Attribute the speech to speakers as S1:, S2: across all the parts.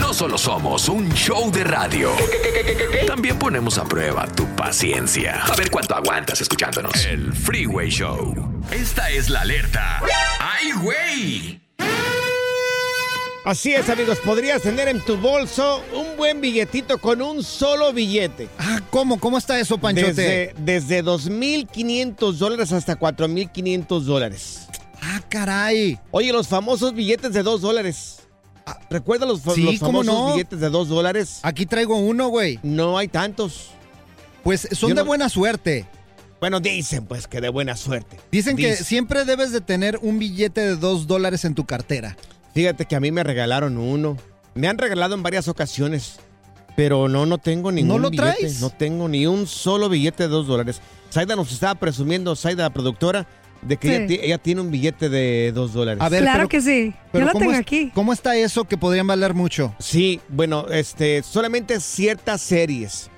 S1: No solo somos un show de radio, también ponemos a prueba tu paciencia. A ver cuánto aguantas escuchándonos. El Freeway Show. Esta es la alerta. ¡Ay, güey!
S2: Así es, amigos, podrías tener en tu bolso un buen billetito con un solo billete.
S3: Ah, ¿cómo? ¿Cómo está eso, Panchote?
S2: Desde, desde 2.500 dólares hasta 4.500 dólares.
S3: Ah, caray.
S2: Oye, los famosos billetes de 2 dólares. Ah, ¿Recuerda los, fa-
S3: Sí,
S2: los
S3: ¿cómo
S2: famosos
S3: no?
S2: billetes de 2 dólares?
S3: Aquí traigo uno, güey.
S2: No hay tantos.
S3: Pues son
S2: Yo
S3: de
S2: no-
S3: buena suerte.
S2: Bueno, dicen pues que de buena suerte.
S3: Dicen que
S2: Dice-
S3: siempre debes de tener un billete de dos dólares en tu cartera.
S2: Fíjate que a mí me regalaron uno. Me han regalado en varias ocasiones, pero no, no tengo ningún
S3: lo
S2: billete.
S3: traes?
S2: No tengo ni un solo billete de dos dólares. Saida nos estaba presumiendo, Saida, la productora, de que
S4: Sí.
S2: ella, ti- ella tiene un billete de dos dólares.
S3: A ver,
S4: claro
S3: pero-
S4: que sí.
S3: Pero
S4: Yo la
S3: ¿cómo
S4: tengo
S3: es-
S4: aquí.
S3: ¿Cómo está eso que podrían valer mucho?
S2: Sí, bueno, este, solamente ciertas series.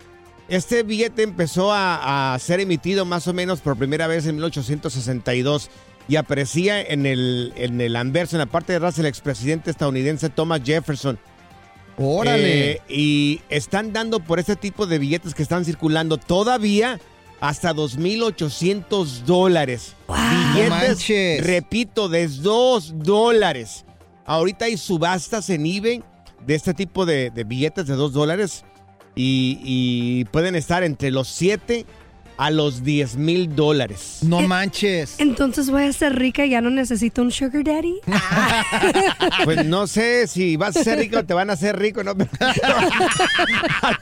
S2: Este billete empezó a, a ser emitido más o menos por primera vez en 1862 y aparecía en el, en el anverso, en la parte de atrás, el expresidente estadounidense Thomas Jefferson.
S3: Órale.
S2: Eh, y están dando por este tipo de billetes que están circulando todavía hasta 2.800 dólares.
S3: No manches.
S2: Billetes, repito, de 2 dólares. Ahorita hay subastas en eBay de este tipo de, de billetes de 2 dólares y, y pueden estar entre los 7 a los 10 mil dólares.
S3: no
S4: eh,
S3: manches.
S4: Entonces voy a ser rica y ya no necesito un sugar daddy.
S2: Pues no sé si vas a ser rico o te van a hacer rico, ¿no?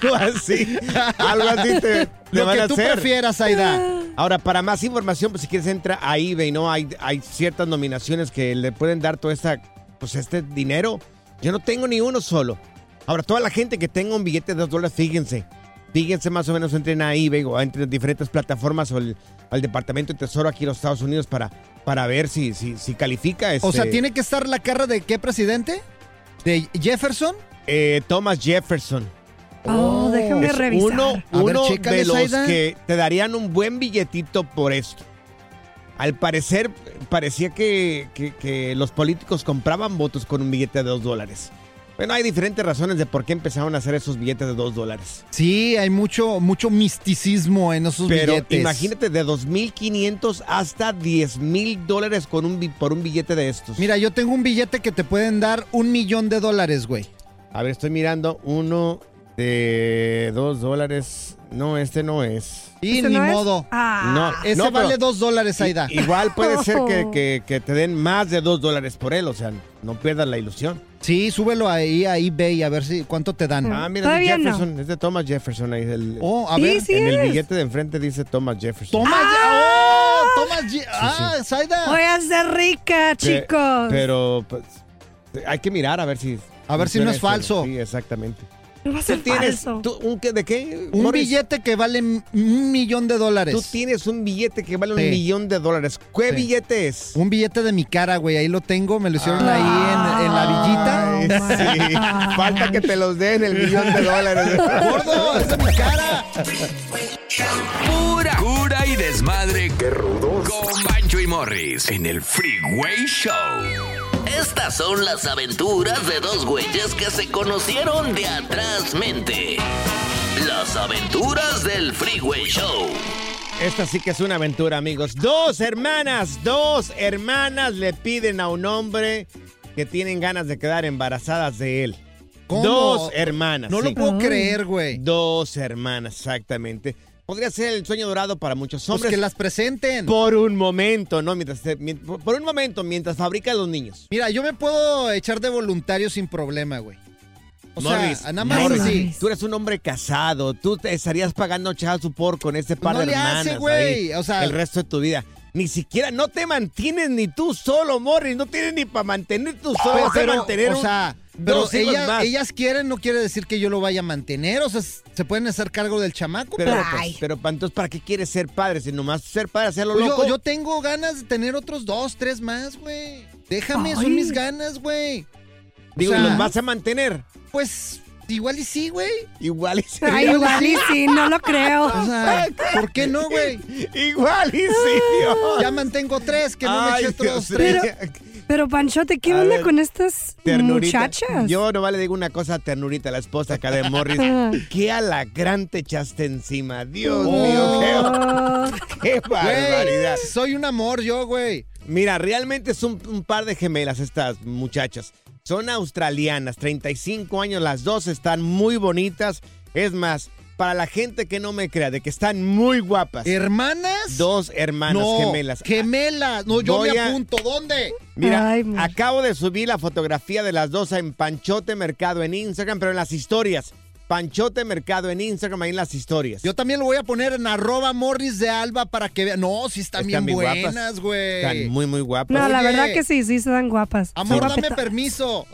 S2: algo así. Algo así te, te
S3: Lo
S2: van
S3: que
S2: a
S3: tú
S2: hacer.
S3: prefieras,
S4: Ah.
S3: Aida.
S2: Ahora, para más información, pues si quieres entra a eBay, ¿no? Hay, hay ciertas nominaciones que le pueden dar todo esta, pues, este dinero. Yo no tengo ni uno solo. Ahora, toda la gente que tenga un billete de dos dólares, fíjense. Fíjense más o menos, entren a eBay o entre diferentes plataformas o el- al Departamento de Tesoro aquí en los Estados Unidos para, para ver si, si, si califica.
S3: O sea,
S2: este,
S3: ¿tiene que estar la cara de qué presidente? ¿De Jefferson?
S2: eh, Thomas Jefferson.
S4: Oh,
S3: Oh,
S4: déjame
S3: es
S4: revisar.
S2: Uno,
S3: A ver,
S2: uno
S3: chécale,
S2: de los
S3: Zaida.
S2: que te darían un buen billetito por esto. Al parecer, parecía que, que- que los políticos compraban votos con un billete de dos dólares. Bueno, hay diferentes razones de por qué empezaron a hacer esos billetes de dos dólares.
S3: Sí, hay mucho, mucho misticismo en esos
S2: Pero
S3: billetes.
S2: imagínate, de 2.500 hasta 10.000 dólares con un, bi- por un billete de estos.
S3: Mira, yo tengo un billete que te pueden dar un millón de dólares, güey.
S2: A ver, estoy mirando uno de dos dólares. No, este no es.
S3: Y
S4: ¿Este
S3: ni
S4: no es?
S3: modo.
S4: Ah.
S2: No,
S3: Ese
S2: pero-
S3: vale dos dólares, Aida.
S2: I- Igual puede ser que,
S4: Oh.
S2: que- que te den más de dos dólares por él, o sea, no pierdas la ilusión.
S3: Sí, súbelo ahí a eBay a ver si cuánto te dan.
S2: Ah, mira, es de
S4: Mm. Todavía no.
S2: Jefferson, es de Thomas Jefferson ahí. el-
S3: Oh, a
S4: Sí,
S3: ver.
S4: sí
S2: en el
S4: es.
S2: billete de enfrente dice Thomas Jefferson.
S3: Toma ya. Oh, toma ya. Ah, Zaida.
S4: Voy a ser rica,
S2: Pe-
S4: chicos.
S2: Pero pues, hay que mirar a ver si.
S3: A ver si no es
S2: funciona eso.
S3: falso.
S2: Sí, exactamente.
S4: no va a ser
S2: ¿Tienes
S4: falso.
S2: tú un qué- de qué?
S3: Un
S2: Morris?
S3: billete que vale m- un millón de dólares.
S2: Tú tienes un billete que vale
S3: Sí.
S2: un millón de dólares. ¿Qué
S3: Sí.
S2: billete es?
S3: Un billete de mi cara, güey. Ahí lo tengo. Me lo hicieron
S4: Ah.
S3: ahí en, en la
S2: Ay,
S3: villita.
S4: Oh,
S2: sí. Falta que te los den el millón de dólares.
S3: ¡Gordo! ¡Es de mi cara!
S1: Pura cura y desmadre. ¡Qué rudos! Con Pancho y Morris en el Freeway Show.
S5: Estas son las aventuras de dos güeyes que se conocieron de atrás mente. Las aventuras del Freeway Show.
S2: Esta sí que es una aventura, amigos. Dos hermanas, dos hermanas le piden a un hombre que tienen ganas de quedar embarazadas de él.
S3: ¿Cómo?
S2: Dos hermanas.
S3: No lo
S2: sí.
S3: puedo creer, güey.
S2: Dos hermanas, exactamente. podría ser el sueño dorado para muchos
S3: Pues
S2: hombres.
S3: que las presenten.
S2: Por un momento, ¿no? Mientras, se- mien- por un momento, mientras fabrica a los niños.
S3: Mira, yo me puedo echar de voluntario sin problema, güey. O
S2: Morris,
S3: sea, nada más
S2: Morris,
S3: así.
S2: Tú eres un hombre casado. Tú te estarías pagando chao su por con este par
S3: No
S2: de
S3: le hace,
S2: hermanas.
S3: güey,
S2: ahí
S3: o sea-
S2: el resto de tu vida. Ni siquiera, no te mantienes ni tú solo, Morris. No tienes ni para mantener tú solo. vas a mantener
S3: o
S2: un-
S3: sea, pero
S2: dos hijos
S3: ella-
S2: más.
S3: ellas quieren, no quiere decir que yo lo vaya a mantener. O sea, s- se pueden hacer cargo del chamaco.
S2: Pero,
S3: pero,
S2: pues, pero pa- entonces, ¿para qué quieres ser padre? Si nomás ser padre, hacerlo
S3: Pues,
S2: loco.
S3: yo, yo tengo ganas de tener otros dos, tres más, güey. Déjame,
S4: Ay.
S3: son mis ganas, güey.
S2: Digo,
S3: o sea-
S2: ¿y ¿los vas a mantener?
S3: Pues igual y sí, güey.
S2: Igual y sí.
S4: Ay, igual y sí, no lo creo.
S3: O sea, ¿por qué no, güey?
S2: Igual y sí, Dios.
S3: Ya mantengo tres, que no
S2: Ay,
S3: me eche otros
S2: Dios
S3: tres.
S2: mío.
S4: Pero Panchote, ¿qué
S2: A
S4: onda
S2: ver,
S4: con estas
S2: Ternurita.
S4: muchachas? Oh,
S2: Yo nomás le digo una cosa a Ternurita, la esposa acá de Morris. qué alacrán te echaste encima. Dios
S3: Oh.
S2: mío,
S4: Oh,
S2: qué, qué barbaridad.
S3: Güey, soy un amor yo, güey.
S2: Mira, realmente es un, un par de gemelas estas muchachas. Son australianas, 35 años, las dos están muy bonitas. Es más, para la gente que no me crea, de que están muy guapas.
S3: ¿Hermanas?
S2: Dos hermanas
S3: no,
S2: gemelas.
S3: Gemelas. No, yo
S2: Voy
S3: me
S2: a-
S3: apunto. ¿Dónde?
S2: Mira,
S4: Ay, amor.
S2: acabo de subir la fotografía de las dos en Panchote Mercado en Instagram, pero en las historias. Panchote Mercado en Instagram, ahí en las historias.
S3: Yo también lo voy a poner en arroba morris de alba para que vean. No, sí están, bien
S2: Están bien guapas.
S3: buenas, güey.
S2: Están muy, muy guapas.
S4: No, la
S3: Oye.
S4: verdad que sí, sí se dan guapas.
S3: Amor,
S4: Son
S3: dame
S4: guapetonas.
S3: permiso.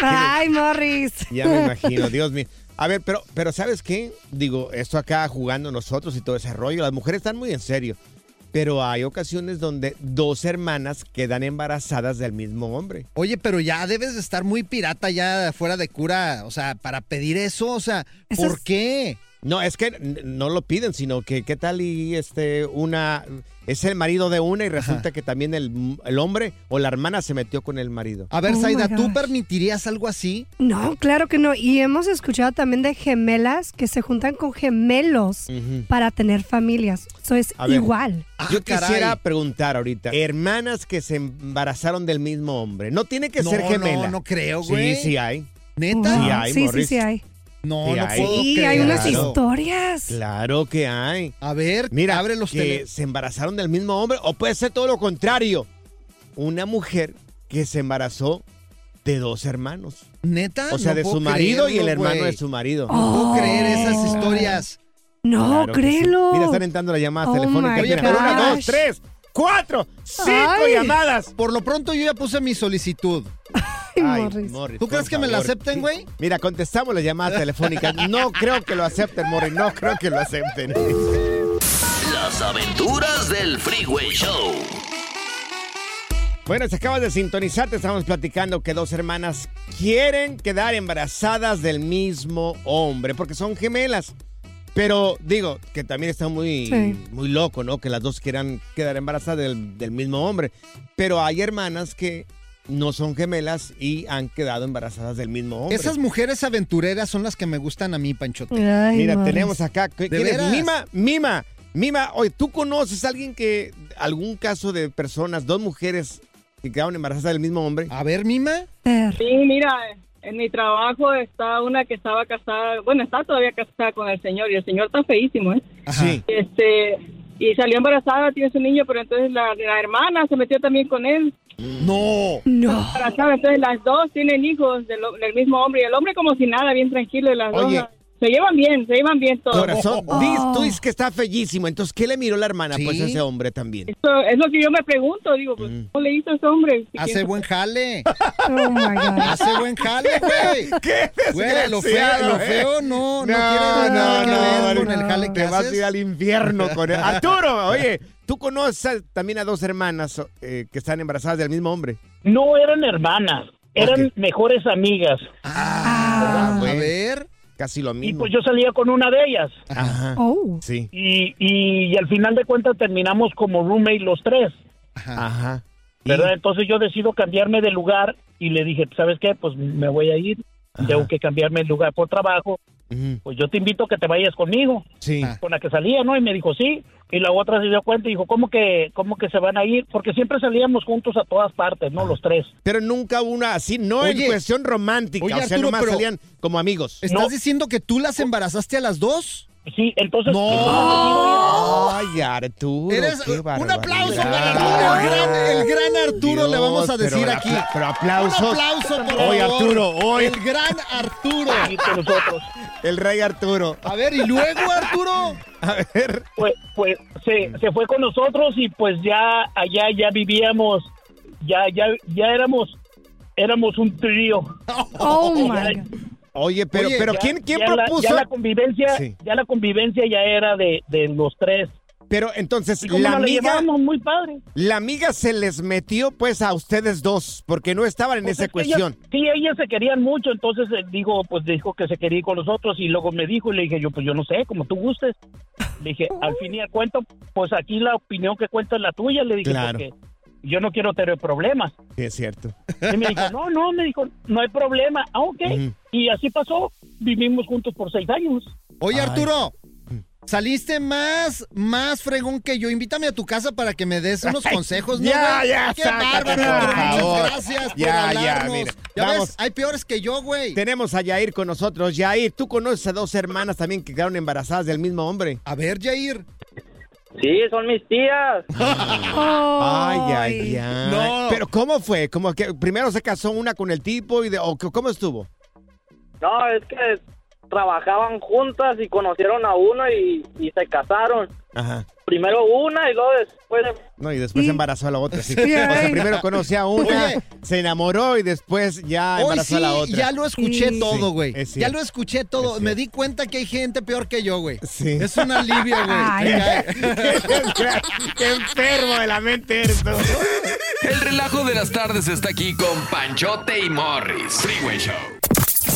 S4: Ay, Morris.
S2: Ya me imagino, Dios mío. A ver, pero, pero ¿sabes qué? Digo, esto acá jugando nosotros y todo ese rollo, las mujeres están muy en serio. Pero hay ocasiones donde dos hermanas quedan embarazadas del mismo hombre.
S3: Oye, pero ya debes de estar muy pirata ya fuera de cura. O sea, para pedir eso, o sea,
S4: Eso
S3: ¿por
S4: es-
S3: qué?
S2: No, es que n- no lo piden, sino que qué tal y este una es el marido de una y resulta que también el, el hombre o la hermana se metió con el marido.
S3: A ver,
S4: Oh,
S3: Zaida,
S4: my
S3: ¿tú
S4: gosh.
S3: permitirías algo así?
S4: No, claro que no. Y hemos escuchado también de gemelas que se juntan con gemelos
S2: Ujú.
S4: para tener familias. Eso es
S2: A ver.
S4: igual.
S3: Ah,
S2: Yo
S3: caray.
S2: quisiera preguntar ahorita, hermanas que se embarazaron del mismo hombre, no tiene que
S3: no,
S2: ser gemela.
S3: No, no creo,
S2: sí,
S3: güey.
S2: sí hay.
S3: ¿Neta?
S2: Sí
S4: Wow.
S2: hay,
S4: sí, sí,
S2: Morris.
S4: sí hay.
S3: No,
S2: Sí
S3: no
S2: hay.
S3: puedo
S4: Sí,
S3: creer.
S4: hay unas
S2: Claro.
S4: historias.
S2: Claro que hay.
S3: A ver,
S2: Mira,
S3: abre los
S2: que
S3: teléfonos.
S2: se embarazaron del mismo hombre o puede ser todo lo contrario. Una mujer que se embarazó de dos hermanos,
S3: ¿Neta?
S2: o sea,
S3: Ah, No
S2: de
S3: puedo
S2: su marido y el
S3: creerlo,
S2: hermano
S3: güey.
S2: de su marido.
S3: No puedo
S4: Oh.
S3: creer esas historias.
S4: No,
S2: Claro que sí.
S4: Oh, créelo.
S2: Mira, están entrando las llamadas
S4: Oh
S2: telefónicas.
S4: my
S2: Mira, una, dos,
S4: gosh.
S2: tres, cuatro, cinco
S4: Ay.
S2: llamadas.
S3: Por lo pronto yo ya puse mi solicitud.
S4: Ay,
S2: Ay,
S4: Morris.
S2: Morris,
S3: ¿Tú
S2: por
S3: crees que me la
S2: favor.
S3: acepten, güey?
S2: Mira, contestamos las llamadas telefónicas. No creo que lo acepten, Morris. No creo que lo acepten.
S5: Las aventuras del Freeway Show.
S2: Bueno, si acabas de sintonizar, te estamos platicando que dos hermanas quieren quedar embarazadas del mismo hombre, porque son gemelas. Pero digo, que también está muy,
S4: Sí.
S2: muy loco, ¿no? Que las dos quieran quedar embarazadas del, del mismo hombre. Pero hay hermanas que no son gemelas y han quedado embarazadas del mismo hombre.
S3: Esas mujeres aventureras son las que me gustan a mí, Panchote.
S4: Ay,
S2: Mira,
S4: Morris.
S2: tenemos acá. ¿qué- quién es?
S3: veras?
S2: Mima, Mima, Mima. Oye, ¿tú conoces a alguien que, algún caso de personas, dos mujeres que quedaron embarazadas del mismo hombre?
S3: A ver, Mima.
S4: Per.
S6: Sí, mira, en mi trabajo está una que estaba casada, bueno, está todavía casada con el señor y el señor está feísimo, ¿eh?
S3: Ajá.
S2: Sí.
S6: Este, y salió embarazada, tiene su niño, pero entonces la, la hermana se metió también con él,
S2: Oh.
S3: No.
S4: No.
S6: embarazada, entonces las dos tienen hijos del, ho- del mismo hombre y el hombre como si nada, bien tranquilo y las
S2: Oye.
S6: dos se llevan bien, se llevan bien todo.
S2: Corazón,
S4: Oh.
S2: dis- tú dices que está fellísimo. Entonces, ¿qué le miró la hermana?
S3: Sí.
S2: Pues a ese hombre también.
S6: Eso es lo que yo me pregunto, digo, pues,
S2: Mm.
S6: ¿cómo le hizo a ese hombre?
S3: Hace buen jale.
S4: Oh my God.
S3: Hace buen jale, güey.
S2: ¿Qué
S3: Güey, lo feo, lo feo no, no, tiene
S2: eh. No,
S3: nada
S2: no, no,
S3: que ver con
S2: no.
S3: el jale que
S2: Te vas a
S3: haces.
S2: ir al infierno con él. Arturo, oye, tú conoces a- también a dos hermanas eh, que están embarazadas del mismo hombre.
S7: No eran hermanas, eran mejores amigas.
S3: Ah,
S2: güey.
S3: a ver.
S2: Casi lo
S7: Y
S2: mismo.
S7: pues yo salía con una de ellas.
S2: Ajá.
S4: Oh.
S2: Sí.
S7: Y, y, y al final de cuentas terminamos como roommate los tres,
S3: Ajá.
S2: Ajá. Y-
S7: ¿verdad? Entonces yo decido cambiarme de lugar y le dije, ¿sabes qué? Pues me voy a ir, tengo que cambiarme de lugar por trabajo,
S2: Ujú,
S7: pues yo te invito a que te vayas conmigo,
S2: Sí.
S3: Ah.
S7: con la que salía, ¿no? Y me dijo, sí. Y la otra se dio cuenta y dijo, ¿cómo que, cómo que se van a ir? Porque siempre salíamos juntos a todas partes, ¿no? Los tres.
S2: Pero nunca hubo una así, no en
S3: Oye.
S2: cuestión romántica.
S3: Oye,
S2: o sea,
S3: Arturo,
S2: nomás
S3: pero-
S2: salían como amigos.
S3: ¿Estás
S7: No.
S3: diciendo que tú las embarazaste a las dos?
S7: Sí, entonces.
S2: Ay, Arturo.
S3: Eres-
S2: qué
S3: un
S2: barbaridad.
S3: aplauso para Arturo, el gran- el gran Arturo, le vamos a decir
S2: pero
S3: aquí.
S2: apla- pero
S3: Un
S2: aplausos.
S3: aplauso, por
S2: Hoy,
S3: favor.
S2: Arturo, hoy.
S3: El gran Arturo.
S7: nosotros.
S2: El rey Arturo.
S3: A ver, y luego, Arturo.
S2: A ver.
S7: Pues, pues
S2: Mm.
S7: se, se fue con nosotros y pues ya allá ya vivíamos, ya, ya, ya éramos, éramos un trío.
S4: Oh, my God.
S2: Oye, pero,
S7: Oye,
S2: pero
S7: ya-
S2: ¿quién, quién
S7: ya la-
S2: propuso?
S7: ya la convivencia,
S2: Sí.
S7: ya la convivencia ya era de, de los tres.
S2: Pero entonces,
S7: Y como
S2: la
S7: nos la
S2: amiga,
S7: llevábamos muy padre.
S2: la amiga se les metió pues a ustedes dos, porque no estaban en
S7: Pues
S2: esa
S7: es que
S2: cuestión.
S7: ellas- sí, ellas se querían mucho, entonces eh, digo, pues dijo que se quería ir con nosotros y luego me dijo y le dije, yo pues yo no sé, como tú gustes. Le dije, al fin y al cuento, pues aquí la opinión que cuenta es la tuya, le dije,
S2: Claro.
S7: porque yo no quiero tener problemas.
S2: Sí, es cierto.
S7: Y me dijo, no, no, me dijo, no hay problema. Ah, ok.
S2: Ujú.
S7: Y así pasó, vivimos juntos por seis años.
S3: Oye,
S2: Ay.
S3: Arturo. Saliste más, más fregón que yo. Invítame a tu casa para que me des unos consejos, Pues ¿no?
S2: ya,
S3: güey?
S2: ya,
S3: Qué
S2: sácate,
S3: bárbaro,
S2: por
S3: Arturo, muchas
S2: favor.
S3: Gracias por
S2: Ya, ya,
S3: hablarnos.
S2: mira,
S3: Ya
S2: vamos.
S3: ves, hay peores que yo, güey.
S2: Tenemos a Yair con nosotros. Yair, tú conoces a dos hermanas también que quedaron embarazadas del mismo hombre.
S3: A ver, Jair.
S8: Sí, son mis tías.
S2: Ay,
S4: Ay,
S2: ay, ay.
S3: No.
S2: Pero ¿cómo fue? ¿Cómo que primero se casó una con el tipo y de, o cómo estuvo?
S8: No, es que trabajaban juntas y conocieron a uno y, y se casaron.
S2: Ajá.
S8: Primero una y luego después...
S2: No, y después
S4: Sí.
S2: embarazó a la otra. Sí.
S4: Sí,
S2: o sea,
S4: ay.
S2: primero conoció a una,
S3: Oye.
S2: se enamoró y después ya
S3: Hoy
S2: Ah, embarazó
S3: sí,
S2: a la otra.
S3: ya lo escuché
S4: Sí.
S3: todo,
S2: Sí,
S3: güey.
S2: es
S3: ya
S2: cierto.
S3: lo escuché
S2: Es
S3: todo.
S2: cierto.
S3: Me di cuenta que hay gente peor que yo, güey.
S2: Sí.
S3: Es un alivio, güey. eh, Me
S4: Ay.
S3: cae.
S2: Qué enfermo de la mente eres. tú.
S1: El relajo de las tardes está aquí con Panchote y Morris. Freeway Show.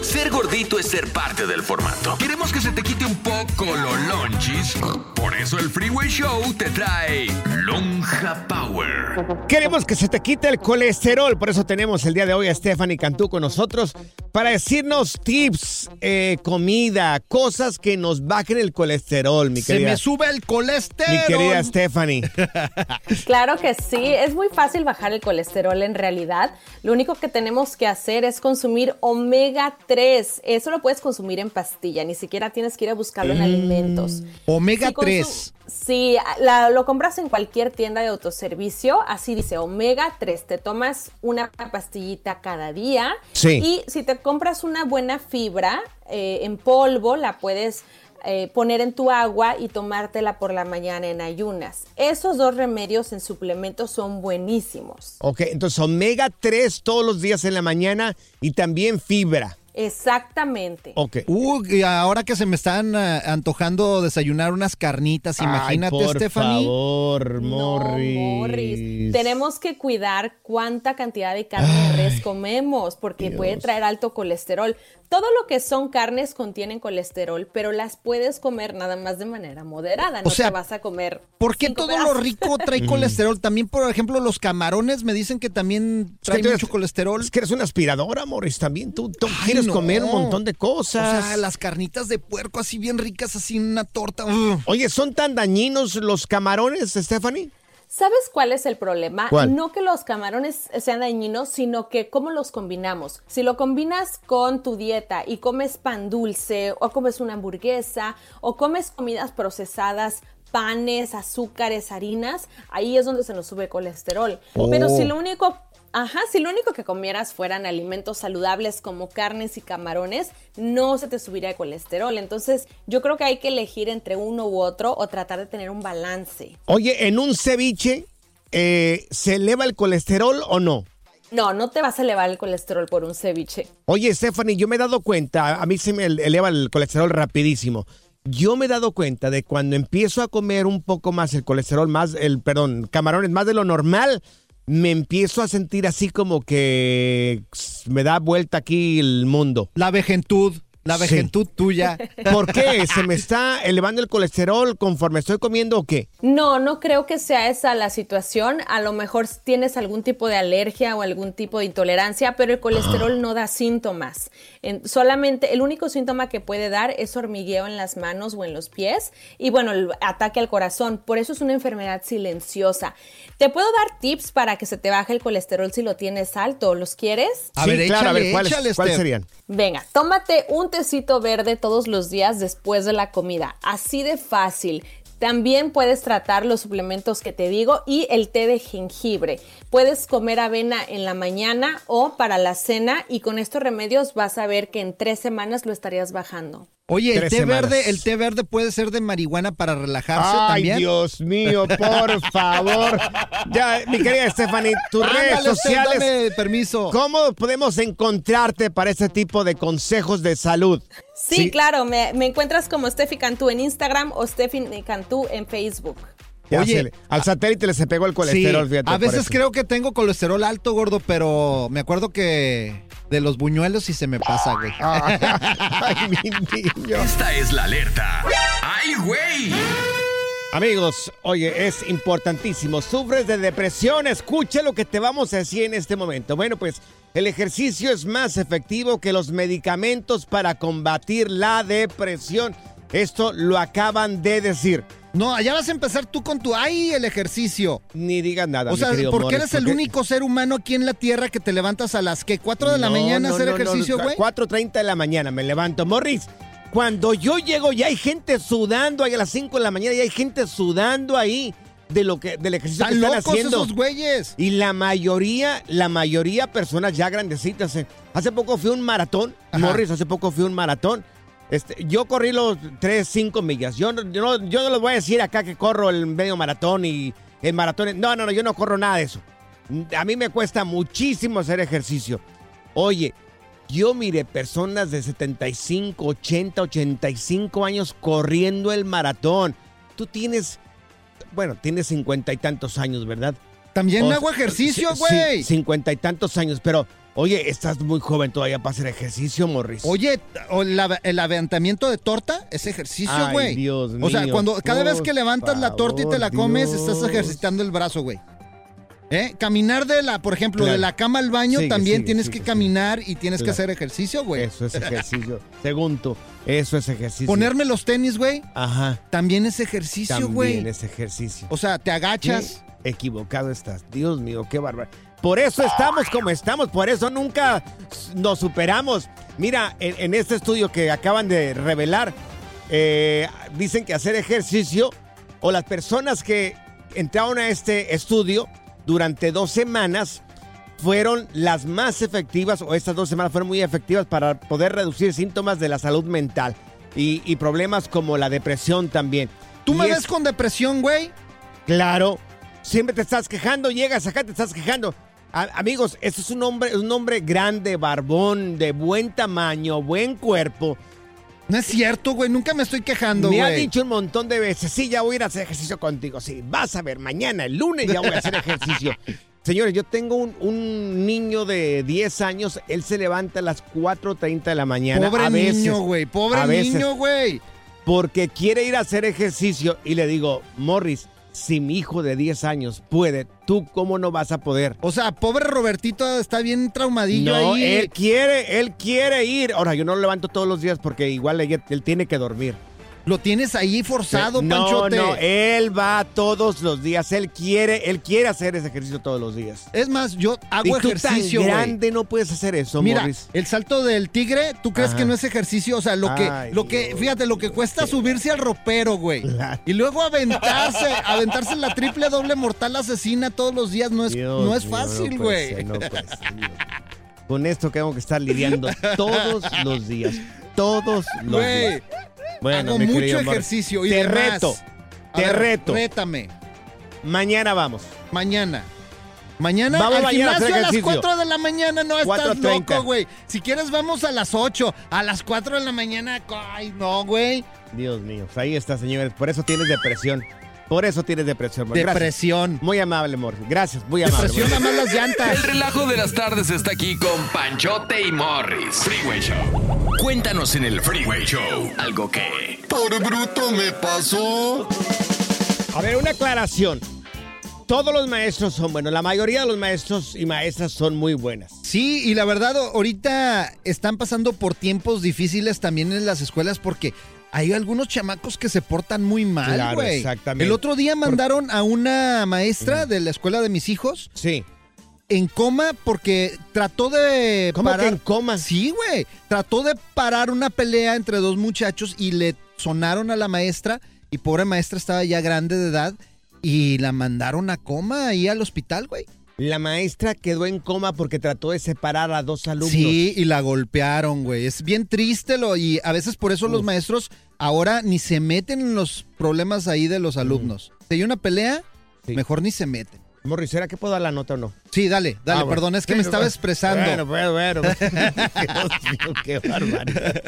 S1: Ser gordito es ser parte del formato. Queremos que se te quite un poco los lonchis. Por eso el Freeway Show te trae Lonja Power.
S2: Queremos que se te quite el colesterol, por eso tenemos el día de hoy a Stephanie Cantú con nosotros para decirnos tips, eh, comida, cosas que nos bajen el colesterol, mi
S3: Se
S2: querida.
S3: me sube el colesterol.
S2: mi querida Stephanie.
S9: Claro que sí, es muy fácil bajar el colesterol en realidad. Lo único que tenemos que hacer es consumir omega 3. Eso lo puedes consumir en pastilla, ni siquiera tienes que ir a buscarlo en alimentos.
S3: Omega
S9: Si consu-
S3: 3.
S9: Sí, la- lo compras en cualquier tienda de autoservicio, así dice omega 3. Te tomas una pastillita cada día.
S2: Sí.
S9: Y si te compras una buena fibra eh, en polvo, la puedes eh, poner en tu agua y tomártela por la mañana en ayunas. Esos dos remedios en suplementos son buenísimos.
S2: Ok, entonces omega 3 todos los días en la mañana y también fibra.
S9: Exactamente.
S2: Ok.
S3: Uh, y ahora que se me están ah, antojando desayunar unas carnitas, Pues imagínate,
S2: Ay, por
S3: Stephanie.
S2: favor,
S9: No,
S2: Morris.
S9: Morris. Tenemos que cuidar cuánta cantidad de carne de res comemos porque puede traer alto colesterol. Todo lo que son carnes contienen colesterol, pero las puedes comer nada más de manera moderada. No
S3: sea,
S9: te vas a comer.
S3: ¿Por qué
S9: cinco
S3: todo
S9: pedazos.
S3: lo rico trae colesterol? También, por ejemplo, los camarones me dicen que también
S2: Es que
S3: trae
S2: tú eres-
S3: mucho colesterol.
S2: Es que eres una aspiradora, Morris, también. Tú, tú
S3: Ay,
S2: quieres
S3: no.
S2: comer un montón de
S3: O
S2: cosas.
S3: sea, las carnitas de puerco así bien ricas, así en una torta. Ugh.
S2: Oye, ¿son tan dañinos los camarones, Stephanie?
S9: ¿Sabes cuál es el problema?
S2: ¿Cuál?
S9: No que los camarones sean dañinos, sino que cómo los combinamos. Si lo combinas con tu dieta y comes pan dulce, o comes una hamburguesa, o comes comidas procesadas, panes, azúcares, harinas, ahí es donde se nos sube el colesterol. Pero si lo único... Ajá, si lo único que comieras fueran alimentos saludables como carnes y camarones, no se te subiría el colesterol. Entonces, yo creo que hay que elegir entre uno u otro o tratar de tener un balance.
S2: Oye, ¿en un ceviche eh, se eleva el colesterol o no?
S9: No, no te vas a elevar el colesterol por un ceviche.
S2: Oye, Stephanie, yo me he dado cuenta, a mí se me ele- eleva el colesterol rapidísimo. Yo me he dado cuenta de cuando empiezo a comer un poco más el colesterol, más el, perdón, camarones, más de lo normal, me empiezo a sentir así como que s- me da vuelta aquí el mundo.
S3: La vejentud. La vejentud tuya.
S2: ¿Por qué? ¿Se me está elevando el colesterol conforme estoy comiendo o qué?
S9: No, no creo que sea esa la situación. A lo mejor tienes algún tipo de alergia o algún tipo de intolerancia, pero el colesterol no da síntomas. En- solamente el único síntoma que puede dar es hormigueo en las manos o en los pies y bueno, el ataque al corazón. Por eso es una enfermedad silenciosa. Te puedo dar tips para que se te baje el colesterol si lo tienes alto. ¿Los quieres?
S2: Sí, claro, a ver, ¿cuáles,
S3: échale,
S2: ¿cuáles
S3: Steph.
S2: serían?
S9: Venga, tómate un tecito verde todos los días después de la comida. Así de fácil. También puedes tratar los suplementos que te digo y el té de jengibre. Puedes comer avena en la mañana o para la cena y con estos remedios vas a ver que en tres semanas lo estarías bajando.
S3: Oye, el
S2: Tres
S3: té
S2: semanas.
S3: verde, el té verde puede ser de marihuana para relajarse
S2: Ay,
S3: Ah, también.
S2: Dios mío, por favor. Ya, mi querida Stephanie, tus
S3: Ándale,
S2: redes
S3: Steph,
S2: sociales.
S3: dame permiso.
S2: ¿Cómo podemos encontrarte para este tipo de consejos de salud?
S9: Sí, claro, me, me encuentras como Steffi Cantú en Instagram o Steffi Cantú en Facebook.
S2: Ya
S3: Oye,
S2: se le- al satélite le se pegó el colesterol,
S3: Sí,
S2: fíjate.
S3: a
S2: por
S3: veces
S2: eso.
S3: creo que tengo colesterol alto, gordo, pero me acuerdo que de los buñuelos sí se me pasa, güey.
S1: Esta es la alerta. ¡Ay, güey!
S2: Amigos, oye, es importantísimo. ¿Sufres de depresión? Escucha lo que te vamos a decir en este momento. Bueno, pues el ejercicio es más efectivo que los medicamentos para combatir la depresión. Esto lo acaban de decir.
S3: No, allá vas a empezar tú con tu ay, el ejercicio.
S2: Ni digas nada.
S3: O
S2: mi
S3: sea,
S2: querido
S3: porque
S2: Morris,
S3: eres el
S2: porque-
S3: único ser humano aquí en la tierra que te levantas a las que 4 de la
S2: No,
S3: mañana a
S2: no,
S3: hacer
S2: no, no,
S3: ejercicio,
S2: no,
S3: güey.
S2: 4.30 de la mañana me levanto. Morris, cuando yo llego ya hay gente sudando ahí a las 5 de la mañana, ya hay gente sudando ahí de lo que, del ejercicio
S3: Están
S2: que están
S3: locos
S2: haciendo.
S3: esos güeyes.
S2: Y la mayoría, la mayoría personas ya grandecitas. eh. Hace poco fui a un maratón, Morris, hace poco fui a un maratón. Este, yo corrí los 3, 5 millas. Yo, no- yo, no- yo no les voy a decir acá que corro el medio maratón y el maratón. No, no, no, yo no corro nada de eso. A mí me cuesta muchísimo hacer ejercicio. Oye, yo miré personas de 75, 80, 85 años corriendo el maratón. Tú tienes, bueno, tienes cincuenta y tantos años, ¿verdad?
S3: También
S2: O-
S3: hago ejercicio,
S2: sí,
S3: güey.
S2: sí, Cincuenta y tantos años, pero oye, estás muy joven todavía para hacer ejercicio, Morris.
S3: Oye, t- o la- el aventamiento de torta es ejercicio,
S2: Ay,
S3: güey.
S2: Dios
S3: O sea,
S2: mío,
S3: cuando cada vez
S2: por
S3: que levantas la torta y te la
S2: favor,
S3: comes, estás
S2: Dios.
S3: ejercitando el brazo, güey. ¿Eh? Caminar de la, por ejemplo, de
S2: Claro.
S3: la cama al baño,
S2: Sigue,
S3: también
S2: sigue,
S3: tienes
S2: sigue,
S3: que
S2: sigue.
S3: caminar y tienes que
S2: Claro.
S3: hacer ejercicio, güey.
S2: Eso es ejercicio. Según tú, eso es ejercicio.
S3: Ponerme los tenis, güey,
S2: Ajá.
S3: también es ejercicio,
S2: También
S3: güey.
S2: es ejercicio.
S3: O sea, te agachas.
S2: Qué Equivocado estás. Dios mío, qué bárbaro. Por eso estamos como estamos, por eso nunca nos superamos. Mira, en, en este estudio que acaban de revelar, eh, dicen que hacer ejercicio o las personas que entraron a este estudio durante dos semanas fueron las más efectivas, o estas dos semanas fueron muy efectivas para poder reducir síntomas de la salud mental y, y problemas como la depresión también.
S3: Tú me
S2: Y es-
S3: ves con depresión, güey.
S2: Claro. Siempre te estás quejando, llegas acá, te estás quejando. A- amigos, este es un hombre, un hombre grande, barbón, de buen tamaño, buen cuerpo.
S3: No es cierto, güey. Nunca me estoy quejando,
S2: Me ha
S3: güey.
S2: dicho un montón de veces, sí, ya voy a ir a hacer ejercicio contigo. Sí, vas a ver, mañana, el lunes ya voy a hacer ejercicio. Señores, yo tengo un, un niño de 10 años, él se levanta a las 4.30 de la mañana.
S3: Pobre
S2: a veces,
S3: niño, güey. Pobre
S2: a veces,
S3: niño, güey.
S2: porque quiere ir a hacer ejercicio y le digo, Morris, si mi hijo de 10 años puede, ¿tú cómo no vas a poder?
S3: O sea, pobre Robertito está bien traumadillo
S2: No,
S3: ahí.
S2: él quiere, él quiere ir. Ahora, yo no lo levanto todos los días porque igual ella- él tiene que dormir.
S3: Lo tienes ahí forzado,
S2: Eh, no,
S3: Panchote.
S2: no, él va todos los días. Él quiere, él quiere hacer ese ejercicio todos los días.
S3: Es más, yo hago
S2: y tú
S3: ejercicio,
S2: tan
S3: güey.
S2: grande no puedes hacer eso,
S3: Mira,
S2: Morris.
S3: el salto del tigre, ¿tú crees
S2: Ajá.
S3: que no es ejercicio? O sea, lo que,
S2: Ay,
S3: lo que, fíjate, lo que cuesta subirse al ropero, güey.
S2: Claro.
S3: Y luego aventarse, aventarse la triple doble mortal asesina todos los días no es,
S2: Dios
S3: no es
S2: mío, pues,
S3: fácil,
S2: no puede
S3: güey.
S2: ser, no puede ser, Dios. Con esto que tengo que estar lidiando todos los días. Todos los
S3: Güey,
S2: días. Bueno,
S3: Hago
S2: mi
S3: mucho
S2: querido Morris,
S3: ejercicio y
S2: Te
S3: demás.
S2: reto.
S3: A
S2: Te
S3: ver,
S2: reto.
S3: Rétame.
S2: Mañana vamos.
S3: Mañana. Mañana
S2: Vamos
S3: al
S2: mañana a hacer
S3: gimnasio a las
S2: ejercicio.
S3: 4 de la mañana, no estás
S2: 4:30.
S3: loco, güey. Si quieres vamos a las 8, a las 4 de la mañana, ay, no, güey.
S2: Dios mío, pues ahí está, señores. Por eso tienes depresión. Por eso tienes depresión. Morris. Gracias.
S3: Depresión.
S2: Muy amable, Morris. Gracias, muy amable.
S3: Depresión nada más
S1: El
S3: las llantas.
S1: relajo de las tardes está aquí con Panchote y Morris. Freeway Show. Cuéntanos en el Freeway Show algo que...
S2: Por bruto me pasó. A ver, una aclaración. Todos los maestros son buenos. La mayoría de los maestros y maestras son muy buenas.
S3: Sí, y la verdad, ahorita están pasando por tiempos difíciles también en las escuelas porque hay algunos chamacos que se portan muy mal,
S2: Claro,
S3: güey.
S2: exactamente.
S3: El otro día mandaron a una maestra de la escuela de mis hijos.
S2: Sí.
S3: En coma porque trató de
S2: ¿Cómo que
S3: parar-
S2: en coma?
S3: Sí, güey. Trató de parar una pelea entre dos muchachos y le sonaron a la maestra y pobre maestra estaba ya grande de edad y la mandaron a coma ahí al hospital, güey.
S2: La maestra quedó en coma porque trató de separar a dos alumnos.
S3: Sí, y la golpearon, güey. Es bien triste lo y a veces por eso los maestros ahora ni se meten en los problemas ahí de los alumnos. Si hay una pelea, mejor ni se meten.
S2: Morris, ¿será que puedo dar la nota o no?
S3: Sí, dale, dale,
S2: Ah, bueno.
S3: perdón, es que
S2: Sí,
S3: me estaba
S2: bueno.
S3: expresando.
S2: Bueno, bueno, bueno. Dios mío, qué barbaridad.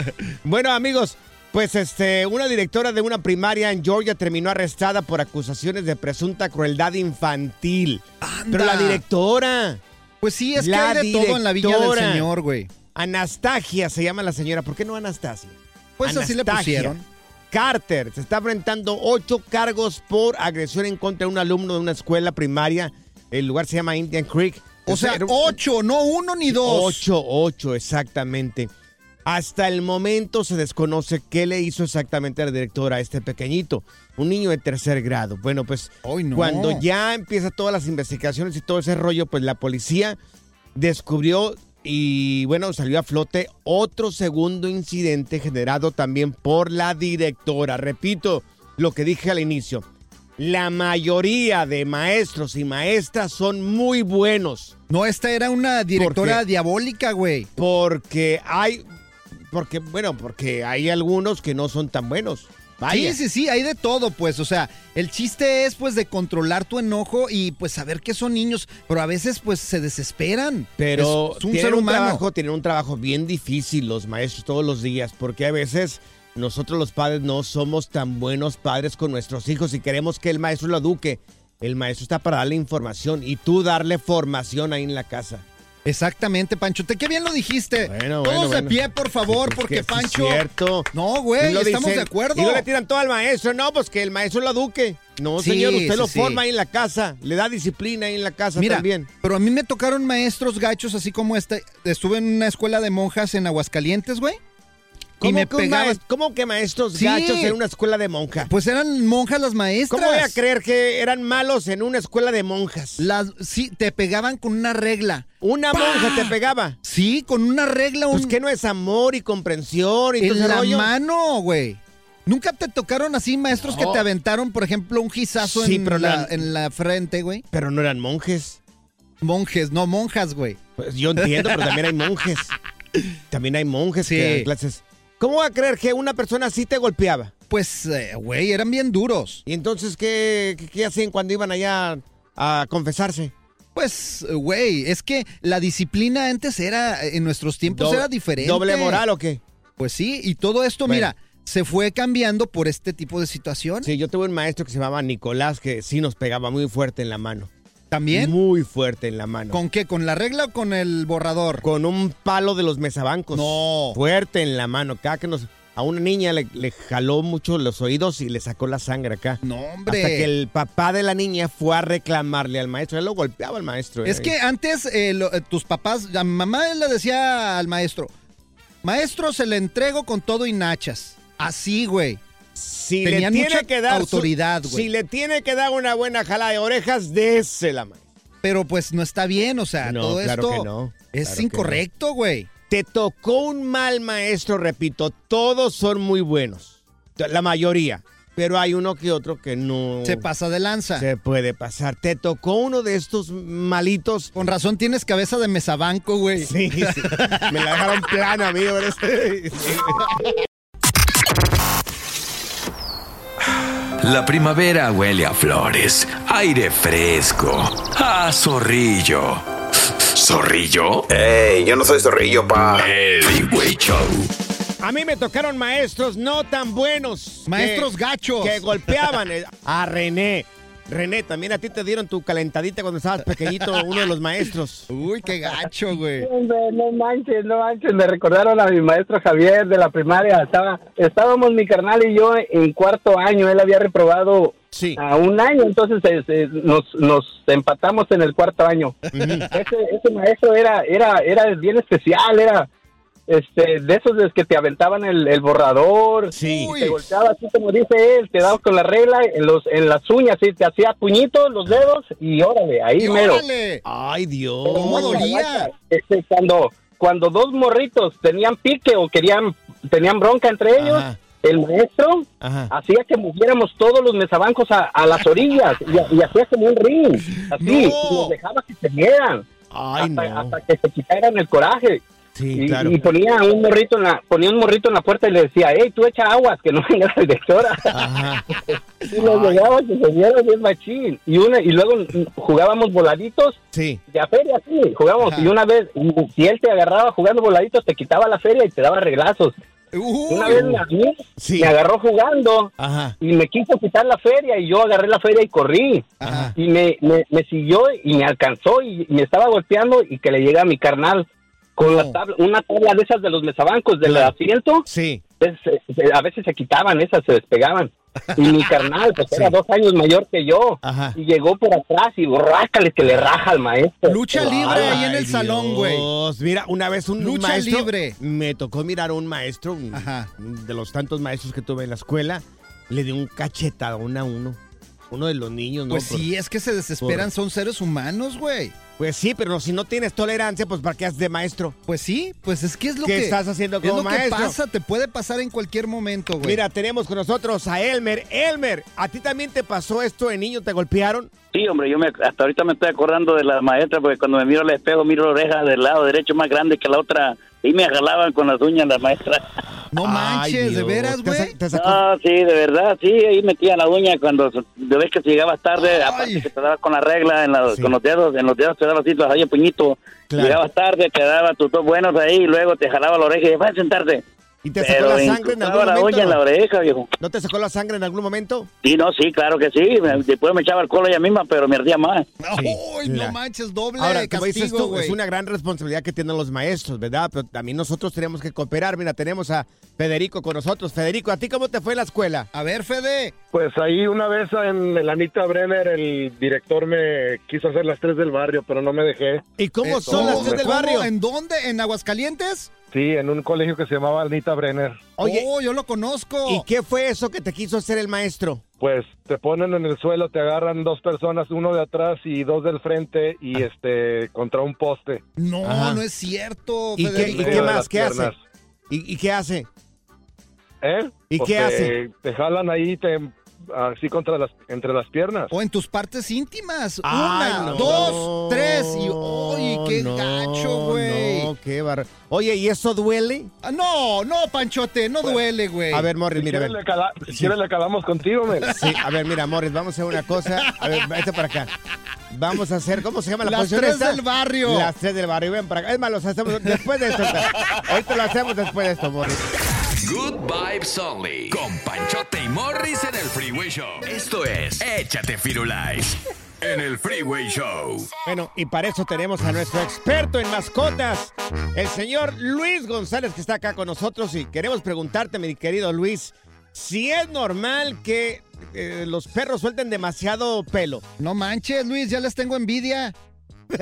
S2: Bueno, amigos, pues este, una directora de una primaria en Georgia terminó arrestada por acusaciones de presunta crueldad infantil. Pero la directora.
S3: Pues sí, es que hay de todo en la Villa del Señor, güey.
S2: Anastasia se llama la señora. ¿Por qué no Anastasia?
S3: Pues así le pusieron.
S2: Carter se está enfrentando ocho cargos por agresión en contra de un alumno de una escuela primaria. El lugar se llama Indian Creek.
S3: O sea, ocho, no uno ni dos.
S2: Ocho, ocho, exactamente. Hasta el momento se desconoce qué le hizo exactamente a la directora a este pequeñito, un niño de tercer grado. Bueno, pues cuando ya empieza todas las investigaciones y todo ese rollo, pues la policía descubrió y bueno, salió a flote otro segundo incidente generado también por la directora. Repito lo que dije al inicio. La mayoría de maestros y maestras son muy buenos.
S3: No, esta era una directora diabólica, güey.
S2: Porque hay porque bueno, porque hay algunos que no son tan buenos. Vaya.
S3: Sí, sí, sí, hay de todo, pues. O sea, el chiste es, pues, de controlar tu enojo y, pues, saber que son niños. Pero a veces, pues, se desesperan.
S2: Pero
S3: Es- es un
S2: tienen
S3: ser humano.
S2: Un trabajo, tienen un trabajo bien difícil los maestros todos los días, porque a veces nosotros los padres no somos tan buenos padres con nuestros hijos y queremos que el maestro lo eduque. El maestro está para darle información y tú darle formación ahí en la casa.
S3: Exactamente, Pancho. Te qué bien lo dijiste. Todos
S2: bueno,
S3: de
S2: bueno.
S3: pie, por favor, porque
S2: Que sí es
S3: Pancho.
S2: cierto.
S3: No, güey,
S2: Y lo
S3: estamos
S2: dicen-
S3: de acuerdo.
S2: Y luego le tiran todo al maestro. No, pues que el maestro lo eduque. No,
S3: Sí,
S2: señor, usted
S3: sí,
S2: lo
S3: sí.
S2: forma ahí en la casa. Le da disciplina ahí en la casa
S3: Mira,
S2: también.
S3: pero a mí me tocaron maestros gachos así como este. Estuve en una escuela de monjas en Aguascalientes, güey.
S2: ¿Cómo que un
S3: pegaban-
S2: maes- cómo que maestros
S3: Sí.
S2: gachos en una escuela de monja?
S3: Pues eran monjas las maestras.
S2: ¿Cómo voy a creer que eran malos en una escuela de monjas?
S3: Las, sí, te pegaban con una regla.
S2: ¿Una monja te pegaba?
S3: Sí, con una regla. Un...
S2: Pues que no es amor y comprensión y todo
S3: en
S2: ese
S3: la
S2: rollo.
S3: mano, güey. ¿Nunca te tocaron así maestros que
S2: No.
S3: te aventaron, por ejemplo, un gizazo
S2: Sí,
S3: en,
S2: pero
S3: la,
S2: eran-
S3: en la frente, güey?
S2: Pero no eran monjes.
S3: Monjes, no monjas, güey.
S2: Pues yo entiendo, pero también hay monjes. También hay monjes
S3: Sí.
S2: que dan clases. ¿Cómo voy a creer que una persona así te golpeaba?
S3: Pues, eh, güey, eran bien duros.
S2: ¿Y entonces qué, qué, qué hacían cuando iban allá a confesarse?
S3: Pues, eh, güey, es que la disciplina antes era, en nuestros tiempos
S2: Doble-
S3: era diferente.
S2: ¿Doble moral o qué?
S3: Pues sí, y todo esto,
S2: Bueno.
S3: mira, se fue cambiando por este tipo de situación.
S2: Sí, yo tuve un maestro que se llamaba Nicolás que sí nos pegaba muy fuerte en la mano.
S3: ¿También?
S2: Muy fuerte en la mano.
S3: ¿Con qué? ¿Con la regla o con el borrador?
S2: Con un palo de los mesabancos.
S3: No.
S2: Fuerte en la mano. Cada que nos. A una niña le, le jaló mucho los oídos y le sacó la sangre acá.
S3: No, hombre.
S2: Hasta que el papá de la niña fue a reclamarle al maestro. Él lo golpeaba al maestro.
S3: Es
S2: eh.
S3: que antes eh, lo- eh, tus papás, la mamá le decía al maestro, maestro se le entrego con todo y nachas. Así, güey.
S2: si le
S3: tenían
S2: tiene
S3: mucha
S2: que dar su-
S3: autoridad, güey.
S2: Si le tiene que dar una buena jalada de orejas, désela, maestro.
S3: Pero pues no está bien, o sea,
S2: No,
S3: todo
S2: claro
S3: esto
S2: que no,
S3: es
S2: claro que
S3: incorrecto, güey.
S2: Te tocó un mal maestro, repito, todos son muy buenos. La mayoría. Pero hay uno que otro que no
S3: Se pasa de lanza.
S2: se puede pasar. Te tocó uno de estos malitos.
S3: Con razón tienes cabeza de mesabanco, güey.
S2: Sí, sí. Me la dejaron plana, amigo. pero sí, sí.
S1: La primavera huele a flores, aire fresco, a zorrillo. ¿Zorrillo?
S10: Ey, yo no soy zorrillo, pa.
S1: El Freeway Show.
S2: A mí me tocaron maestros no tan buenos.
S3: Maestros
S2: que-
S3: gachos.
S2: Que golpeaban el- a René. René, también a ti te dieron tu calentadita cuando estabas pequeñito, uno de los maestros. Uy, qué gacho, güey.
S11: No manches, no manches. Me recordaron a mi maestro Javier de la primaria. Estaba, estábamos mi carnal y yo en cuarto año. Él había reprobado a un año, entonces eh, eh, nos, nos empatamos en el cuarto año. ese, ese maestro era, era, era bien especial, era este, de esos de los que te aventaban el, el borrador, te golpeaba así como dice él, te daba con la regla en, los, en las uñas, y te hacía puñitos los dedos y órale, ahí
S2: Y
S11: mero.
S2: órale. Ay, Dios.
S11: Este, cuando, cuando dos morritos tenían pique o querían, tenían bronca entre ellos, el maestro hacía que moviéramos todos los mesabancos a, a las orillas y, y hacía como un ring, así, y los dejaba que se vieran. Ah, hasta, hasta que se quitaran el coraje. y,
S2: claro.
S11: y ponía un morrito en la, ponía un morrito en la puerta y le decía, hey, tú echa aguas, que no venga la directora. y nos llegaba que se vieran bien machín. Y una, y luego jugábamos voladitos de a feria, sí, jugábamos, y una vez, y si él te agarraba jugando voladitos, te quitaba la feria y te daba reglazos. Una vez me, a mí me agarró jugando y me quiso quitar la feria y yo agarré la feria y corrí. Y me, me, me siguió y me alcanzó y me estaba golpeando y que le llega a mi carnal con
S12: Oh.
S11: la tabla, una tabla de esas de los mesabancos del asiento.
S2: Sí.
S11: a veces se quitaban esas, se despegaban. Y mi carnal, pues era dos años mayor que yo. Y llegó por atrás y rácale que le raja al maestro.
S2: Lucha
S11: libre ahí en el
S2: salón, güey. Mira, una vez un
S11: Lucha
S2: maestro
S11: libre.
S2: me tocó mirar a un maestro, un- un de los tantos maestros que tuve en la escuela, le dio un cachetadón a uno, uno de los niños, ¿no?
S3: Pues
S2: Por-
S3: sí, es que se desesperan,
S2: por-
S3: son seres humanos, güey.
S2: Pues sí, pero si no tienes tolerancia, pues ¿para qué haces de maestro?
S3: Pues sí, pues es que es lo
S2: ¿Qué
S3: que
S2: estás haciendo
S3: es
S2: como
S3: lo
S2: maestro?
S3: que pasa, te puede pasar en cualquier momento, güey.
S2: Mira, tenemos con nosotros a Elmer. Elmer, ¿a ti también te pasó esto de niño? ¿Te golpearon?
S12: Sí, hombre, yo me, hasta ahorita me estoy acordando de la maestra, porque cuando me miro al espejo, miro la oreja del lado derecho más grande que la otra, y me jalaban con las uñas la maestra.
S3: No manches, ¿de veras, güey?
S12: No, sí, de verdad, sí, ahí metía la uña cuando, de vez que si llegabas tarde, aparte que te dabas con la regla, en la- con los dedos, en los dedos te daba así, los hacía puñito,
S2: Claro.
S12: llegabas tarde, te daba tus dos buenos ahí, y luego te jalaba la oreja y vas a sentarte.
S2: ¿Y te sacó la sangre en algún
S12: la
S2: momento,
S12: uña en
S2: no?
S12: la oreja, viejo.
S2: ¿No te sacó la sangre en algún momento?
S12: Sí, no, sí, claro que sí, me- después me echaba alcohol ella misma, pero me ardía más.
S2: ¡Uy,
S3: No manches, doble
S2: Ahora, como dices
S3: castigo,
S2: tú,
S3: güey.
S2: es una gran responsabilidad que tienen los maestros, ¿verdad? Pero también nosotros tenemos que cooperar. Mira, tenemos a Federico con nosotros. Federico, ¿a ti cómo te fue en la escuela?
S3: A ver, Fede.
S13: Pues ahí una vez en el Anita Brenner el director me quiso hacer las tres del barrio, pero no me dejé.
S2: ¿Y
S3: Eh, ¿cómo? ¿Cómo? ¿En dónde? ¿En Aguascalientes?
S13: Sí, en un colegio que se llamaba Anita Brenner.
S3: Oye, oh, yo lo conozco.
S2: ¿Y qué fue eso que te quiso hacer el maestro?
S13: Pues te ponen en el suelo, te agarran dos personas, uno de atrás y dos del frente y este contra un poste.
S3: No, no es cierto.
S13: ¿Y qué-
S3: Federico.
S13: y qué más? ¿Qué hace? Piernas.
S2: ¿Y, y qué hace?
S13: ¿Eh?
S2: ¿Y
S13: Pues
S2: qué
S13: te-
S2: hace?
S13: Te jalan ahí te así contra las entre las piernas.
S3: O en tus partes íntimas.
S13: Ay,
S3: una,
S13: no.
S3: dos, tres. Y, oye, qué gacho, güey.
S2: No, qué barra. Oye, ¿y eso duele?
S3: Ah, No, no, Panchote, no duele, güey.
S2: A ver, Morris,
S3: Si
S2: mira.
S3: quieres le
S13: si quieres le calamos contigo, men.
S2: Sí, a ver, mira, Morris, vamos a hacer una cosa. A ver, vete para acá. Vamos a hacer, ¿cómo se llama la
S3: Las
S2: posición
S3: tres
S2: esta?
S3: del barrio.
S2: Las tres del barrio, ven para acá. Es más, los hacemos después de esto. Ahorita lo hacemos después de esto, Morris.
S1: Good vibes only. Con Panchote y Morris en el Freeway Show. Esto es Échate Firulais en el Freeway Show.
S2: Bueno, y para eso tenemos a nuestro experto en mascotas, el señor Luis González, que está acá con nosotros. Y queremos preguntarte, mi querido Luis, si es normal que eh, los perros suelten demasiado pelo.
S3: No manches, Luis, ya les tengo envidia.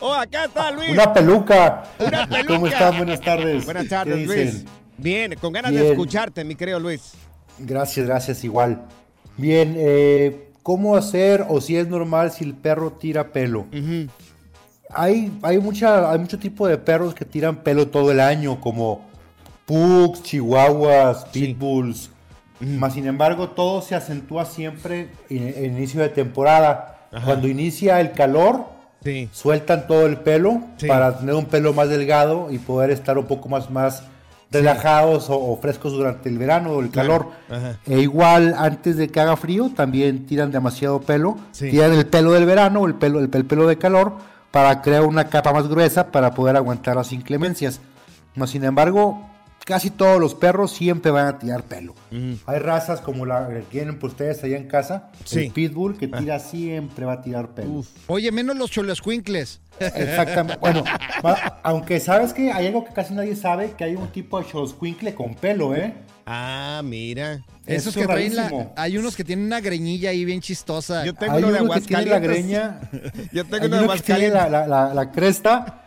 S2: oh, acá está Luis.
S14: Ah, Una peluca.
S2: Una peluca.
S14: ¿Cómo están? Buenas tardes.
S2: Buenas
S14: ¿Qué
S2: tardes,
S14: dicen?
S2: Luis. Bien, con ganas de
S14: Bien.
S2: escucharte, mi querido Luis.
S14: Gracias, gracias, igual. Bien, eh, ¿cómo hacer o si es normal si el perro tira pelo? Hay, hay, mucha, hay mucho tipo de perros que tiran pelo todo el año, como pugs, chihuahuas, pitbulls.
S2: Mm.
S14: Más sin embargo, todo se acentúa siempre en el inicio de temporada. Cuando inicia el calor, sueltan todo el pelo para tener un pelo más delgado y poder estar un poco más, más relajados o, o frescos durante el verano o el calor.
S2: Ajá.
S14: E igual antes de que haga frío también tiran demasiado pelo,
S2: Sí.
S14: tiran el pelo del verano, el pelo, el, el pelo de calor para crear una capa más gruesa para poder aguantar las inclemencias. Mas, sin embargo, casi todos los perros siempre van a tirar pelo. Hay razas como la que tienen pues, ustedes allá en casa,
S3: Sí.
S14: el pitbull que tira siempre va a tirar pelo.
S3: Oye, menos los choloscuincles.
S14: Exactamente. Bueno, va- aunque sabes que hay algo que casi nadie sabe, que hay un tipo de choscuincle con pelo, ¿eh?
S2: Ah, mira.
S14: Eso
S3: Esos que
S14: es
S3: traen la-
S14: rarísimo.
S3: Hay unos que tienen una greñilla ahí bien chistosa.
S2: Yo
S14: tengo Hay uno de uno que tiene la Aguascalientes.
S2: Yo tengo
S14: Hay
S2: uno de
S14: uno que tiene la,
S2: Aguascalientes.
S14: la, la- la cresta,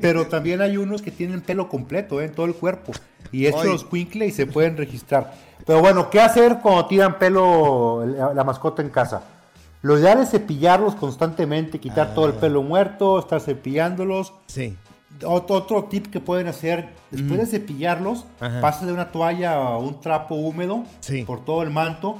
S14: pero también hay unos que tienen pelo completo ¿eh? en todo el cuerpo. Y estos
S2: Ay.
S14: los cuincle y se pueden registrar. Pero bueno, ¿qué hacer cuando tiran pelo la, la mascota en casa? Lo ideal es cepillarlos constantemente, quitar todo el pelo muerto, estar cepillándolos.
S2: Sí.
S14: Otro, otro tip que pueden hacer, después de cepillarlos,
S2: Mm. Ajá.
S14: pásale una toalla o un trapo húmedo por todo el manto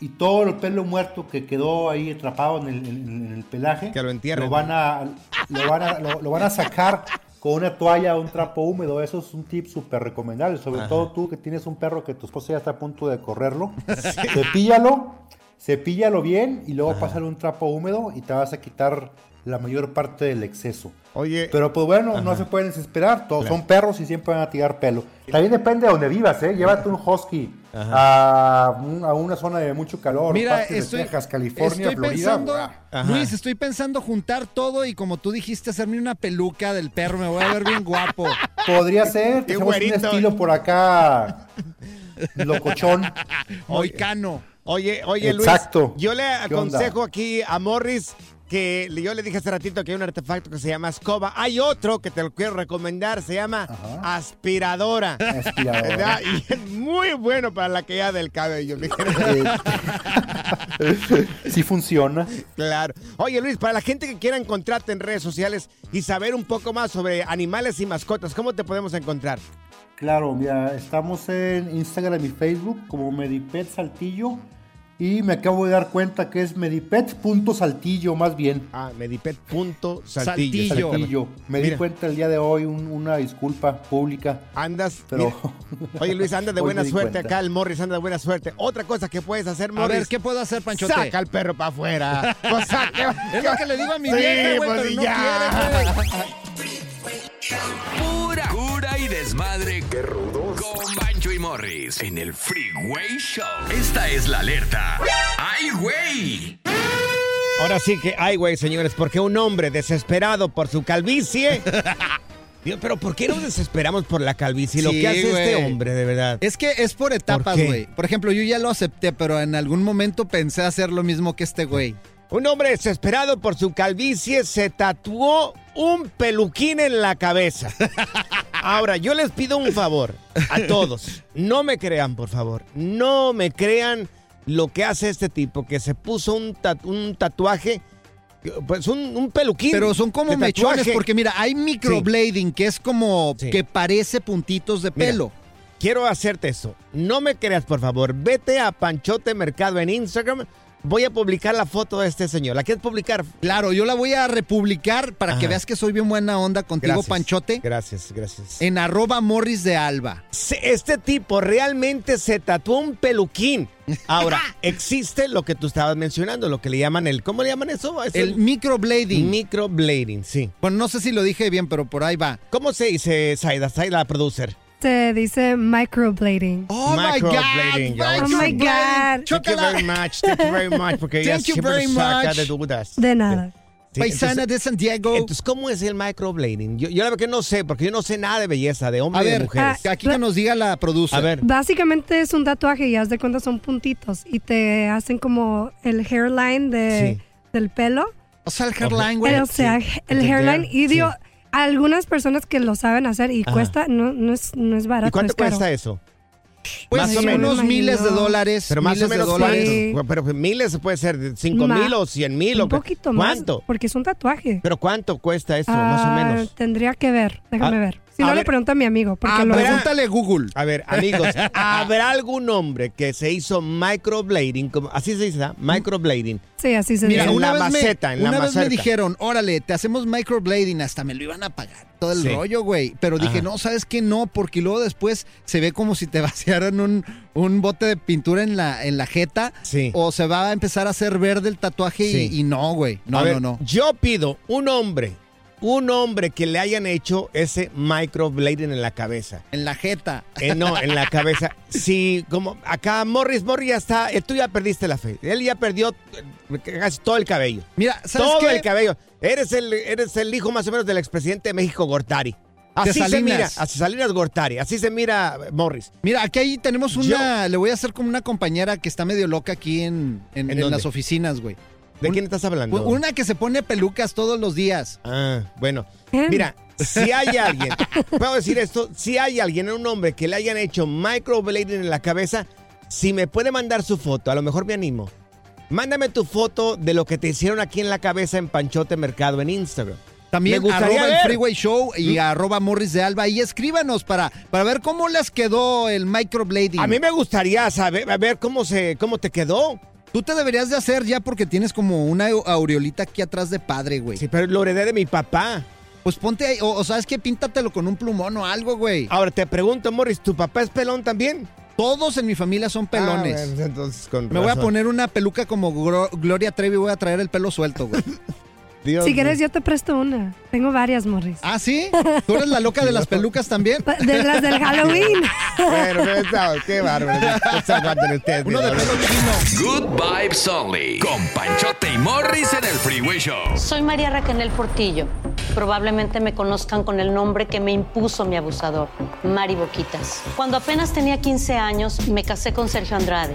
S14: y todo el pelo muerto que quedó ahí atrapado en el, en- en el pelaje,
S2: Que lo entierren.
S14: van a, lo, van a, lo- lo van a sacar con una toalla o un trapo húmedo. Eso es un tip súper recomendable, sobre
S2: Ajá.
S14: todo tú que tienes un perro que tu esposa ya está a punto de correrlo. Cepíllalo, cepíllalo bien y luego pásale un trapo húmedo y te vas a quitar la mayor parte del exceso.
S2: Oye.
S14: Pero pues bueno, no se
S2: Ajá.
S14: pueden desesperar, todos son perros y siempre van a tirar pelo. También depende de donde vivas, ¿eh? Llévate un husky a, un- a una zona de mucho calor,
S3: Mira,
S14: partes de
S3: estoy,
S14: Texas, California,
S3: estoy
S14: Florida.
S3: pensando,
S14: guau.
S3: Luis, estoy pensando juntar todo y como tú dijiste, hacerme una peluca del perro, me voy a ver bien guapo.
S14: Podría ser, tenemos un estilo por acá locochón.
S3: Moicano.
S2: Oye, oye, Luis.
S14: Exacto.
S2: Yo le
S14: ¿Qué onda?
S2: aconsejo aquí a Morris que le- yo le dije hace ratito que hay un artefacto que se llama escoba. Hay otro que te lo quiero recomendar, se llama aspiradora.
S14: Aspiradora.
S2: ¿Verdad? Y es muy bueno para la caída del cabello. mi querido.
S14: Sí funciona.
S2: Claro. Oye, Luis, para la gente que quiera encontrarte en redes sociales y saber un poco más sobre animales y mascotas, ¿cómo te podemos encontrar?
S14: Claro, mira, estamos en Instagram y Facebook como Medipet Saltillo. Y me acabo de dar cuenta que es medipet.saltillo más bien.
S2: Ah, medipet.saltillo.
S14: Saltillo. Me di cuenta el día de hoy, un- una disculpa pública.
S2: Andas,
S14: pero...
S2: Oye, Luis, anda de
S14: Hoy
S2: buena
S14: me di
S2: suerte
S14: cuenta.
S2: acá, el Morris anda de buena suerte. Otra cosa que puedes hacer,
S3: A
S2: Morris.
S3: ver, ¿qué puedo hacer, Panchote?
S2: Saca al perro para afuera. Pues saca-
S3: Es lo que le digo a mi
S2: Sí,
S3: vieja, güey,
S2: pues,
S3: pero
S2: y
S3: no
S2: ya.
S3: quiere, güey.
S1: Pura cura y desmadre. Qué rudos. Con Bancho y Morris en el Freeway Show. Esta es la alerta. ¡Ay, güey!
S2: Ahora sí que, ay, güey, señores, porque un hombre desesperado por su calvicie. Digo, pero ¿por qué nos desesperamos por la calvicie? Lo
S3: Sí,
S2: que hace este
S3: güey.
S2: hombre, de verdad.
S3: Es que es por etapas,
S2: qué?
S3: güey. Por ejemplo, yo ya lo acepté, pero en algún momento pensé hacer lo mismo que este güey.
S2: Un hombre desesperado por su calvicie se tatuó un peluquín en la cabeza. Ahora, yo les pido un favor a todos. No me crean, por favor. No me crean lo que hace este tipo, que se puso un, tat- un tatuaje, pues un, un peluquín.
S3: Pero son como
S2: de
S3: mechones,
S2: tatuaje.
S3: porque mira, hay microblading, que es como que parece puntitos de
S2: Mira,
S3: pelo.
S2: quiero hacerte eso. No me creas, por favor. Vete a Panchote Mercado en Instagram. Voy a publicar la foto de este señor. ¿La quieres publicar?
S3: Claro, yo la voy a republicar para que
S2: Ajá.
S3: veas que soy bien buena onda contigo,
S2: Gracias.
S3: Panchote,
S2: Gracias, gracias.
S3: en arroba Morris de Alba.
S2: Se- Este tipo realmente se tatuó un peluquín. Ahora,
S3: Ah.
S2: existe lo que tú estabas mencionando, lo que le llaman el. ¿Cómo le llaman eso? Es
S3: El microblading.
S2: microblading, sí.
S3: Bueno, no sé si lo dije bien, pero por ahí va.
S2: ¿Cómo se dice, Saida? Saida, producer.
S4: Se dice microblading.
S3: Oh my God,
S2: Microblading, yo-
S4: Oh my God.
S2: Thank you very much, thank you very much, porque ella
S3: Thank you
S2: siempre
S3: very
S2: nos saca
S3: much.
S2: de dudas.
S4: De nada.
S2: Sí,
S3: Paisana de
S2: entonces-
S3: San Diego.
S2: Entonces, ¿cómo es el microblading? Yo, yo la verdad que no sé, porque yo no sé nada de belleza, de
S3: A
S2: hombres y de
S3: ver,
S2: mujeres.
S3: aquí que nos diga la producer.
S2: A ver.
S4: Básicamente es un tatuaje y haz de cuenta son puntitos y te hacen como el hairline de, del pelo.
S3: O sea, el hairline, güey.
S4: O sea, el hairline. Y digo, algunas personas que lo saben hacer y
S2: Ajá.
S4: cuesta, no, no, es, no es barato.
S2: ¿Y cuánto
S4: es caro.
S2: cuesta eso?
S3: Ah, Pues
S2: más o
S3: sí,
S2: menos.
S3: unos miles de dólares.
S2: Pero más
S3: miles
S2: o menos
S3: de
S2: cuánto.
S3: dólares.
S2: Bueno, Pero miles puede ser de cinco
S4: Ma-
S2: mil o cien mil.
S4: Un poquito más.
S2: ¿Cuánto?
S4: Porque es un tatuaje.
S2: Pero ¿cuánto cuesta eso,
S4: Ah,
S2: más o menos?
S4: Tendría que ver, déjame
S2: Ah,
S4: ver. Si
S2: a
S4: no, le
S2: ver. Ah,
S4: pregunto a mi amigo. Porque lo
S3: Pregúntale Google.
S2: A ver, amigos, ¿habrá algún hombre que se hizo microblading? Como, así se dice, ¿verdad?
S4: ¿Mm?
S2: Microblading.
S4: Sí, así se
S3: Mira,
S4: dice.
S3: una
S2: la
S3: vez
S2: maceta,
S3: me,
S2: en la
S3: una vez me
S2: maceta.
S3: dijeron, órale, te hacemos microblading, hasta me lo iban a pagar todo el
S2: Sí.
S3: rollo, güey. Pero dije,
S2: Ajá.
S3: no, ¿sabes qué? No, porque luego después se ve como si te vaciaran un, un bote de pintura en la, en la jeta.
S2: Sí.
S3: O se va a empezar a hacer verde el tatuaje y-
S2: Sí.
S3: y, no, güey. No,
S2: A ver,
S3: no, no.
S2: Yo pido un hombre un hombre que le hayan hecho ese microblading en la cabeza.
S3: En la jeta.
S2: Eh, no, en la cabeza. Sí, como acá Morris, Morris ya está, eh, tú ya perdiste la fe. Él ya perdió eh, casi todo el cabello.
S3: Mira, ¿sabes
S2: todo
S3: qué?
S2: el cabello. Eres el, eres el hijo más o menos del expresidente de México, Gortari. Así se
S3: Salinas.
S2: mira, así Salinas Gortari, así se mira eh, Morris.
S3: Mira, aquí ahí tenemos una. Le voy a hacer como una compañera que está medio loca aquí en, en-
S2: ¿En
S3: en
S2: dónde?
S3: las oficinas, güey.
S2: ¿De quién estás hablando?
S3: Una que se pone pelucas todos los días.
S2: Ah, bueno. Mira, si hay alguien, puedo decir esto, si hay alguien, un hombre que le hayan hecho microblading en la cabeza, si me puede mandar su foto, a lo mejor me animo. Mándame tu foto de lo que te hicieron aquí en la cabeza en Panchote Mercado en Instagram.
S3: También
S2: me gustaría
S3: arroba el
S2: ver.
S3: Freeway Show y
S2: Mm.
S3: arroba Morris de Alba. Y escríbanos para, para ver cómo les quedó el microblading.
S2: A mí me gustaría saber, a ver cómo se, cómo te quedó.
S3: Tú te deberías de hacer ya porque tienes como una au- aureolita aquí atrás de padre, güey. Sí,
S2: pero lo heredé de mi papá.
S3: Pues ponte ahí, o, o sabes que píntatelo con un plumón o algo, güey.
S2: Ahora te pregunto, Morris, ¿tu papá es pelón también?
S3: Todos en mi familia son pelones.
S2: Ah, bueno, entonces, con
S3: me voy a
S2: razón.
S3: poner una peluca como Gro- Gloria Trevi, voy a traer el pelo suelto, güey.
S2: Dios
S4: Si
S3: mío.
S4: quieres, yo te presto una. Tengo varias, Morris.
S3: ¿Ah, sí? ¿Tú eres la loca de las pelucas también?
S2: Ah.
S4: de las del Halloween.
S2: Pero, pero, pues, qué bárbaro. O sea, aguanten ustedes, ¿no?
S1: Good Vibes Only. Con Panchote y Morris en el Freeway Show.
S15: Soy María Raquel Portillo. Probablemente me conozcan con el nombre que me impuso mi abusador, Mari Boquitas. Cuando apenas tenía 15 años, me casé con Sergio Andrade,